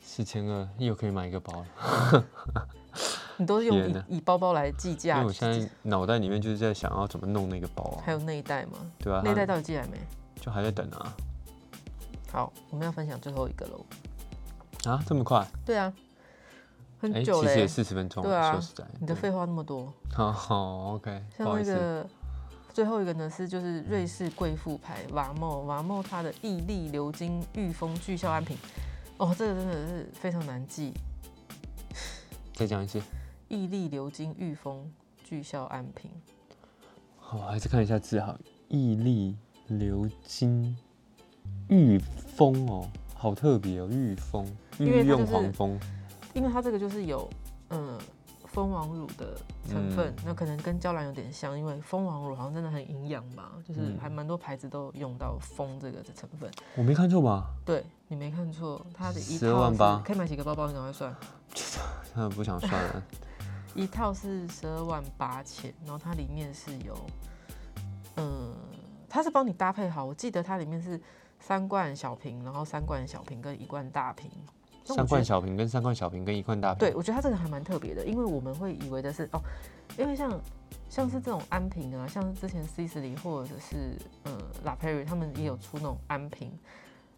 四千二又可以买一个包了，你都是用天哪以以包包来计因价，为我现在脑袋里面就是在想要怎么弄那个包啊还，有内袋吗？对啊，内袋它到底寄来没？就还在等啊好，我们要分享最后一个喽。啊，这么快？对啊，哎，很久其实嘞、也四十分钟对了，啊说实在，你的对废话那么多。好好 OK，不像好那意思，个最后一个呢是就是瑞士贵妇牌瓦莫瓦莫它的毅力流金御风聚效安瓶，哦，这个真的是非常难记。再讲一次，毅力流金御风聚效安瓶，好，我还是看一下字好，毅力流金御风哦，好特别哦，御风，因为御它用就是黄蜂，因为它这个就是有嗯蜂王乳的成分，嗯那可能跟娇兰有点像，因为蜂王乳好像真的很营养吧，就是嗯还蛮多牌子都用到蜂这个的成分。我没看错吧？对你没看错，它的一12套万八是可以买几个包包，你赶快算。现在不想算 [LAUGHS] 了，一套是十二万八千，然后它里面是有，嗯，它是帮你搭配好，我记得它里面是三罐小瓶，然后三罐小瓶跟一罐大瓶。那三我觉得罐小瓶跟三罐小瓶跟一罐大瓶，对，我觉得它这个还蛮特别的，因为我们会以为的是哦，因为像像是这种安瓶啊，像是之前 C 十里或者是呃拉佩瑞他们也有出那种安瓶，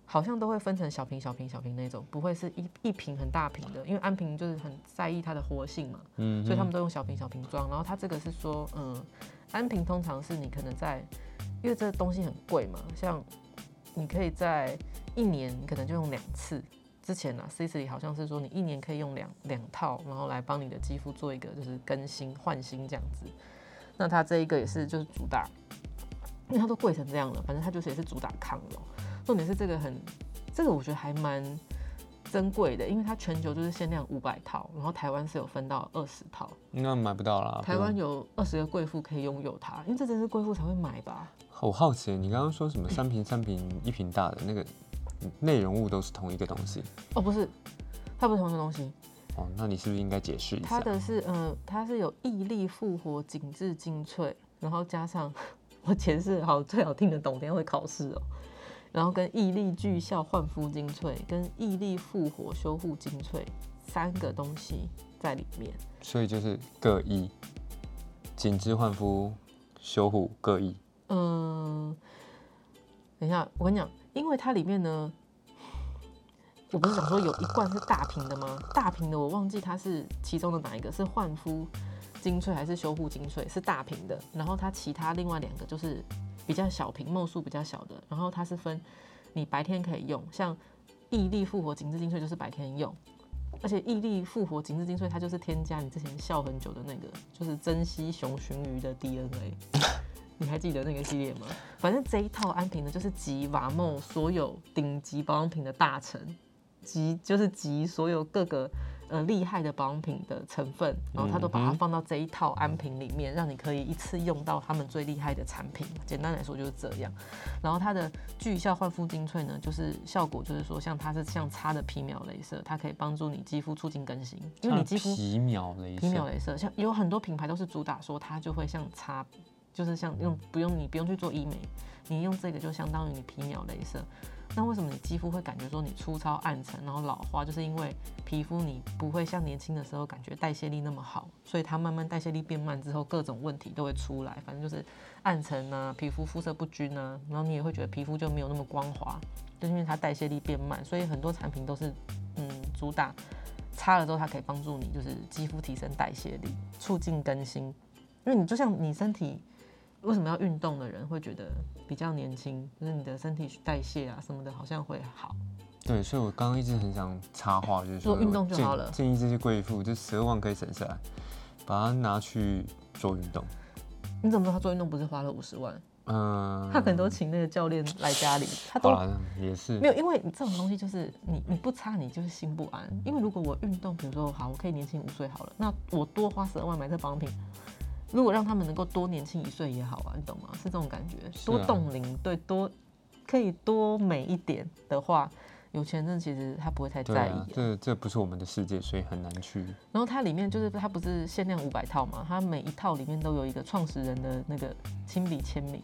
好像都会分成小瓶、小瓶、小瓶那种，不会是一一瓶很大瓶的，因为安瓶就是很在意它的活性嘛，嗯所以他哼们都用小瓶小瓶装。然后它这个是说，嗯，安瓶通常是你可能在，因为这东西很贵嘛，像你可以在一年你可能就用两次。之前啊，C 四里好像是说你一年可以用两两套，然后来帮你的肌肤做一个就是更新换新这样子。那它这一个也是就是主打，因为它都贵成这样了，反正它就是也是主打抗老。重点是这个很，这个我觉得还蛮珍贵的，因为它全球就是限量五百套，然后台湾是有分到二十套，那买不到啦。台不用湾有二十个贵妇可以拥有它，因为这真的是贵妇才会买吧？哦我好奇，你刚刚说 [LAUGHS] 什么三瓶、三瓶、一瓶大的那个内容物都是同一个东西哦，不是，它不是同一个东西，哦？那你是不是应该解释一它下？的是呃，它是有毅力复活、紧致精粹，然后加上 [LAUGHS] 我解释好最好听得懂，等一下会考试哦。然后跟毅力聚效焕肤精粹，跟毅力复活修护精粹三个东西在里面。所以就是各一，紧致焕肤、修护各一。嗯，等一下，我跟你讲，因为它里面呢，我不是想说有一罐是大瓶的吗？大瓶的我忘记它是其中的哪一个是焕肤精粹还是修护精粹，是大瓶的。然后它其他另外两个就是比较小瓶，梦数比较小的。然后它是分你白天可以用，像毅力复活紧致精粹就是白天用。而且毅力复活紧致精粹，它就是添加你之前笑很久的那个，就是珍稀熊鲟鱼的 DNA。你 [LAUGHS] 还记得那个系列吗？反正这一套安瓶呢，就是集瓦梦所有顶级保养品的大成，集就是集所有各个呃厉害的保养品的成分，然后它都把嗯它哼放到这一套安瓶里面，让你可以一次用到他们最厉害的产品。简单来说就是这样。然后它的聚效焕肤精粹呢，就是效果就是说，像它是像擦的皮秒镭射，它可以帮助你肌肤促进更新，因为你肌肤皮秒镭皮秒射，镭射，像有很多品牌都是主打说它就会像擦，就是像用不用你不用去做医美，你用这个就相当于你皮秒镭射，那为什么你肌肤会感觉说你粗糙暗沉，然后老花，就是因为皮肤你不会像年轻的时候感觉代谢力那么好，所以它慢慢代谢力变慢之后，各种问题都会出来。反正就是暗沉啊，皮肤肤色不均啊，然后你也会觉得皮肤就没有那么光滑，就是因为它代谢力变慢。所以很多产品都是嗯主打擦了之后，它可以帮助你就是肌肤提升代谢力，促进更新。因为你就像你身体为什么要运动的人会觉得比较年轻，就是你的身体代谢啊什么的，好像会好。对，所以我刚刚一直很想插话，就是做说运动就建好了建议这些贵妇，就十二万可以省下来，把它拿去做运动。你怎么知道他做运动不是花了五十万？嗯，他可能都请那个教练来家里，他好都啦，也是没有，因为你这种东西就是你你不擦，你就是心不安。因为如果我运动，比如说好，我可以年轻五岁好了，那我多花十二万买这保养品，如果让他们能够多年轻一岁也好啊，你懂吗？是这种感觉，是多啊冻龄，对，多可以多美一点的话，有钱人其实他不会太对在意、啊，这这不是我们的世界，所以很难去。然后它里面就是它不是限量五百套嘛，它每一套里面都有一个创始人的那个亲笔签名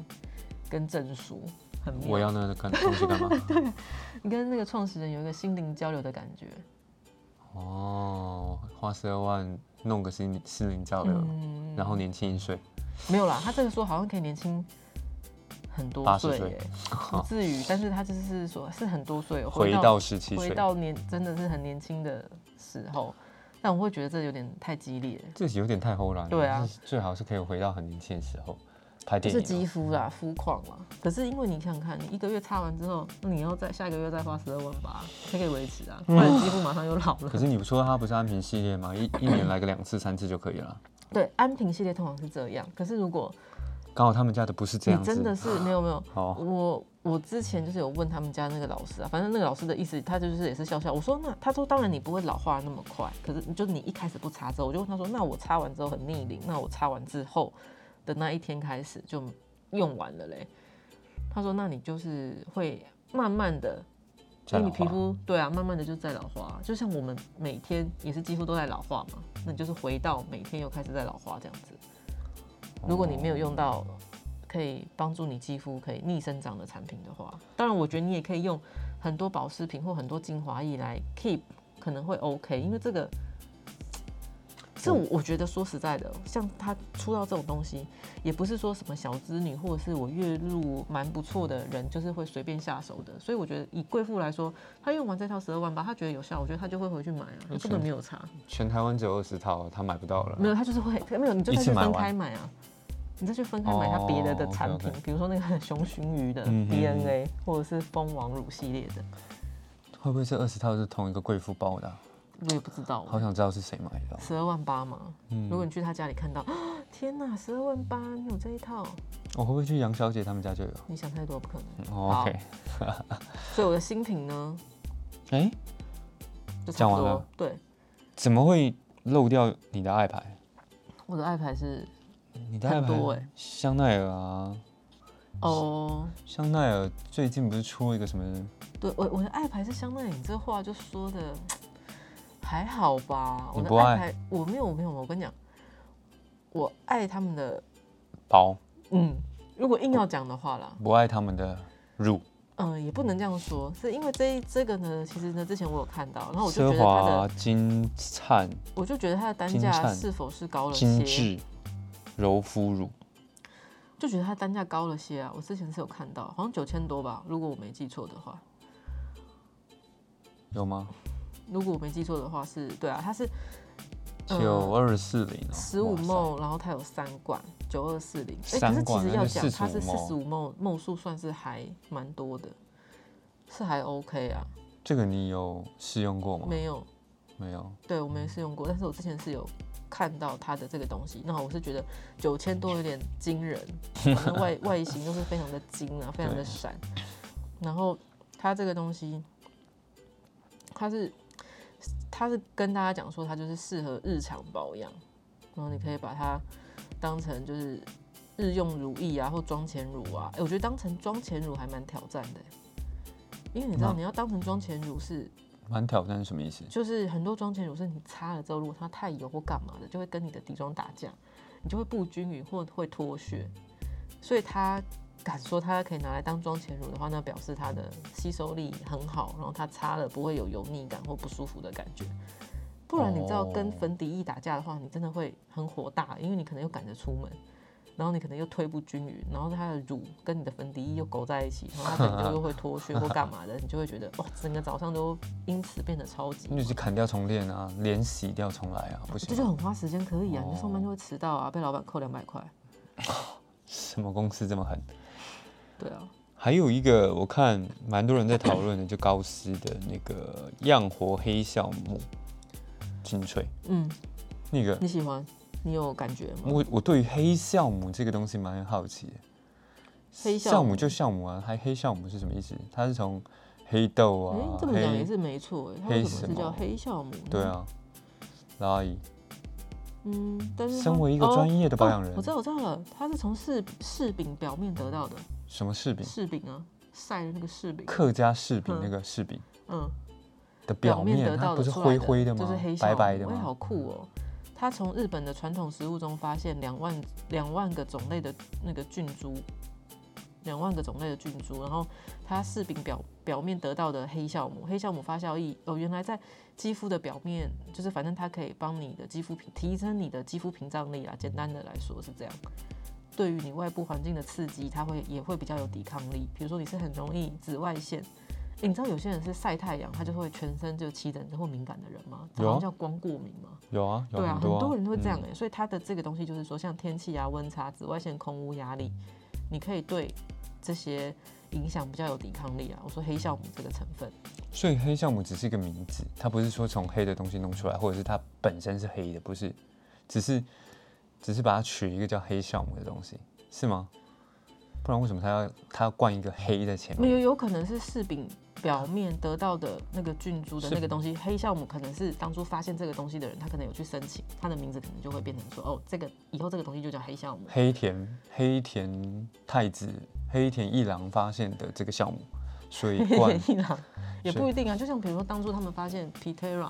跟证书，很我妙。要那个干东西干嘛？ [LAUGHS] 你跟那个创始人有一个心灵交流的感觉。哦，花十二万弄个心灵心灵交流，嗯，然后年轻一岁，没有啦，他这个说好像可以年轻很多80岁岁耶，不至于，但是他就是说是很多岁哦，回到十七回岁，到年真的是很年轻的时候，但我会觉得这有点太激烈。这有点太齁了。对啊，最好是可以回到很年轻的时候拍就电是影哦啊嗯肌嘛。肤啦，肤况啦。可是因为你想想看，你一个月擦完之后，那你要再下一个月再花十二万吧，才可以维持嗯啊，不然肌肤马上又老了可。是你不说它不是安瓶系列吗？一一年来个两次、三次就可以了。对，安瓶系列通常是这样。可是如果刚好他们家的不是这你样子，真的是没有没有，好我我之前就是有问他们家那个老师啊，反正那个老师的意思，他就是也是笑笑。我说那他说当然你不会老化那么快，可是你就你一开始不擦之后，我就问他说那我擦完之后很逆龄，那我擦完之后的那一天开始就用完了嘞。他说那你就是会慢慢的在因为老你皮化肤对啊，慢慢的就在老化，就像我们每天也是几乎都在老化嘛，那你就是回到每天又开始在老化这样子。如果你没有用到可以帮助你肌肤可以逆生长的产品的话，当然我觉得你也可以用很多保湿品或很多精华液来 keep，可能会 OK，因为嗯这个。哦这我我觉得说实在的，像他出到这种东西，也不是说什么小资女或者是我月入蛮不错的人，就是会随便下手的。所以我觉得以贵妇来说，她用完这套十二万八，她觉得有效，我觉得她就会回去买啊，她根本没有差。全台湾只有二十套，他买不到了。没有，他就是会没有，你就一再次去买分完开买啊，你再去分开买它别的的哦产品，OK，OK 比如说那个 [LAUGHS] 熊鲟鱼的嗯哼 DNA，、或者是蜂王乳系列的，会不会这二十套是同一个贵妇包的啊、我也不知道好想知道是谁买的哦。十二万八嘛、嗯如果你去他家里看到，啊天哪，十二万八，你有这一套？我会不会去杨小姐他们家就有？你想太多，不可能。哦 OK，所以我的新品呢，哎、就差讲不完多了。对，怎么会漏掉你的爱牌？我的爱牌是你的爱牌很多欸香奈儿啊，哦，香奈儿最近不是出了一个什么？对我我的爱牌是香奈儿，你这话就说的还好吧？我你的不爱爱牌我没有我没有，我跟你讲，我爱他们的包，嗯，如果硬要讲的话啦，不爱他们的乳，嗯、也不能这样说，是因为这一这个呢，其实呢，之前我有看到，然后我就奢觉得它华、的，金灿、我就觉得它的单金价灿是否是高了精些，致、柔肤乳，就觉得它单价高了些啊。我之前是有看到，好像九千多吧，如果我没记错的话，有吗？如果我没记错的话是对啊，它是嗯九二四零，十五哇塞梦，然后它有三罐九二四零，哎，可三是其罐实那要就讲它是四45十五梦梦数算是还蛮多的，是还 OK 啊，这个你有试用过吗？没有没有。对我没试用过，但是我之前是有看到它的这个东西，那我是觉得九千多有点惊人，反正外外形都是非常的精啊，非常的闪。然后它这个东西，它是它是跟大家讲说，它就是适合日常保养，然后你可以把它当成就是日用乳液啊，或妆前乳啊。哎、我觉得当成妆前乳还蛮挑战的、欸因为你知道那你要当成妆前乳是蛮挑战是什么意思？就是很多妆前乳是你擦了之后，如果它太油或干嘛的，就会跟你的底妆打架，你就会不均匀或会脱屑。所以它敢说它可以拿来当妆前乳的话，那表示它的吸收力很好，然后它擦了不会有油腻感或不舒服的感觉。不然你知道跟哦粉底液打架的话，你真的会很火大，因为你可能又赶着出门，然后你可能又推不均匀，然后它的乳跟你的粉底液又勾在一起，然后它可能就又会脱屑或干嘛的，你就会觉得哇，整个早上都因此变得超级你就是砍掉重练啊，脸洗掉重来啊，不这行就吗？很花时间，可以啊，你哦上班就会迟到啊，被老板扣两百块。什么公司这么狠？对啊，还有一个我看蛮多人在讨论的，就高斯的那个样活黑酵母精粹，嗯，啊那个你喜欢，你有感觉吗？我我对于黑酵母这个东西蛮好奇的。黑酵酵母母就酵母啊，还黑酵母是什么意思？它是从黑豆哎、啊，这么讲也黑是没错哎、它为什黑么是什叫么黑酵母呢？对，啊，拉阿姨，嗯，但是它身为一个专业的保养人，哦哦，我知道我知道了，它是从柿柿饼表面得到的什么柿饼？柿饼啊，晒的那个柿饼，客家柿饼嗯那个柿饼嗯，的表表面，啊得到它的不是出来灰灰的吗？就是黑酵母，白白的哎好吗？酷哦。它从日本的传统食物中发现两万两万个种类的那个菌株，两万个种类的菌株，然后它柿饼表表面得到的黑酵母，黑酵母发酵液哦，原来在肌肤的表面，就是反正它可以帮你的肌肤屏提升你的肌肤屏障力啦。啊简单的来说是这样，对于你外部环境的刺激，它会也会比较有抵抗力。比如说你是很容易紫外线，诶你知道有些人是晒太阳，他就会全身就起疹子或敏感的人吗？这有啊好像叫光过敏吗？有啊，有对啊，很多啊多人会这样嗯哎、所以它的这个东西就是说，像天气啊、温差、紫外线、空污、压力，你可以对这些影响比较有抵抗力啊。我说黑酵母这个成分，所以黑酵母只是一个名字，它不是说从黑的东西弄出来，或者是它本身是黑的，不是，只是只是把它取一个叫黑酵母的东西，是吗？不然为什么它要它要冠一个黑在前没面？有有可能是柿饼表面得到的那个菌株的是那个东西，黑酵母可能是当初发现这个东西的人，他可能有去申请，他的名字可能就会变成说，哦，这个以后这个东西就叫黑酵母。黑田黑田太子黑田一郎发现的这个酵母，所以冠一郎 [LAUGHS] 也是不一定啊，就像比如说当初他们发现 Pitera，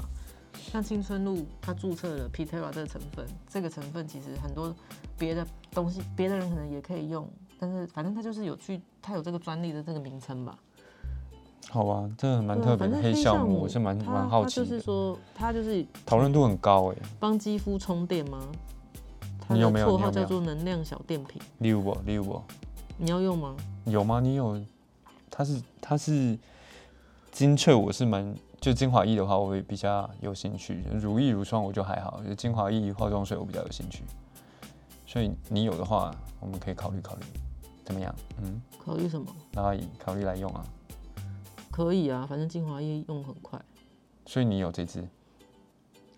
像青春露，它注册了 Pitera 这个成分，这个成分其实很多别的东西，别的人可能也可以用，但是反正它就是有去，它有这个专利的这个名称吧。好吧，真的蛮对啊特别的反正黑酵酵母，我是蛮它蛮好它奇就是的，说，它就是讨论度很高哎、帮肌肤充电吗？它你有的没有绰你有号没有叫做能量小电瓶，六我六我你要用吗？有吗？你有？它是它是精粹，我是蛮就精华液的话，我也比较有兴趣。如意如霜我就还好，就精华液、化妆水我比较有兴趣。所以你有的话，我们可以考虑考虑，怎么样？嗯，考虑什么？然后以考虑来用啊。可以啊，反正精华液用很快。所以你有这支？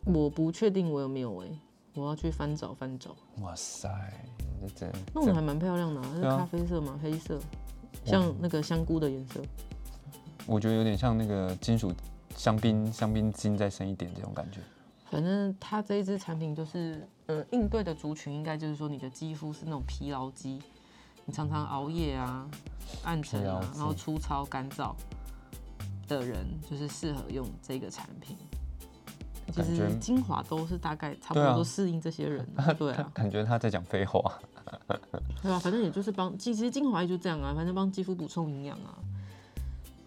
我不确定我有没有哎、我要去翻找翻找。哇塞，这真弄得这还蛮漂亮的、啊，是对啊咖啡色嘛，黑色，像那个香菇的颜色。我觉得有点像那个金属香槟香槟金再深一点这种感觉。反正它这一支产品就是，呃，应对的族群应该就是说你的肌肤是那种疲劳肌，你常常熬夜啊、暗沉疲劳啊肌，然后粗糙干燥的人，就是适合用这个产品。其感觉实精华都是大概差不对啊多都适应这些人， [LAUGHS] 对啊，感觉他在讲废话。对啊，反正也就是帮，其实精华液就这样啊，反正帮肌肤补充营养啊，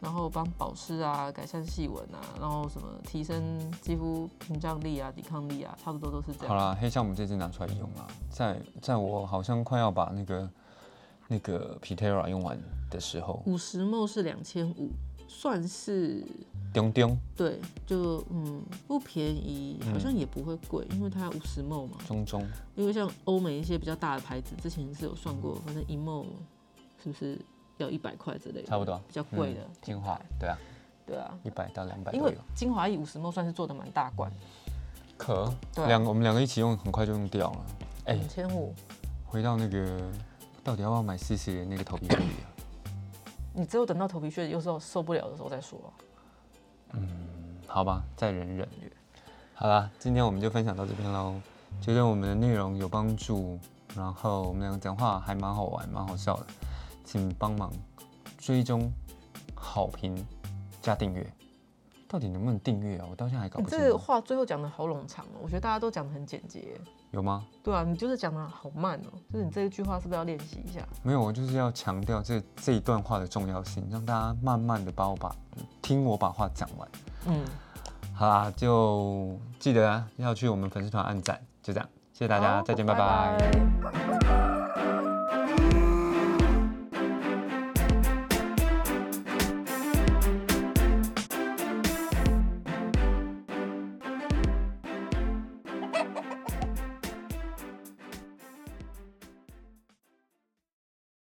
然后帮保湿啊，改善细纹啊，然后什么提升肌肤屏障力啊、抵抗力啊，差不多都是这好样。啦，黑酵母这支拿出来用啦，在在我好像快要把那个那个 Pitera 用完的时候，五十 ml 是两千五，算是丢丢对，就嗯不便宜，好嗯像也不会贵，因为它五十 ml 嘛。中中，因为像欧美一些比较大的牌子，之前是有算过，反正一 ml 是不是要一百块之类的，差不多比较贵的嗯，精华，对啊，对啊。一百到两百都因为有。精华液五十 ml 算是做的蛮大罐的，可对啊两个我们两个一起用，很快就用掉了。哎、两千五，回到那个到底要不要买 CC 的那个头皮护理啊？你只有等到头皮屑有时候受不了的时候再说啊、好吧，再忍忍。好啦，今天我们就分享到这边喽。觉得我们的内容有帮助，然后我们两个讲话还蛮好玩、蛮好笑的，请帮忙追踪、好评加订阅，到底能不能订阅啊？我到现在还搞你不清这个楚话最后讲的好冗长哦，我觉得大家都讲的很简洁。有吗？对啊，你就是讲的好慢哦，就是你这一句话是不是要练习一下？没有，我就是要强调这这一段话的重要性，让大家慢慢的把我把听我把话讲完。嗯，好啦，就记得啊，要去我们粉丝团按赞，就这样，谢谢大家，好再见，拜拜拜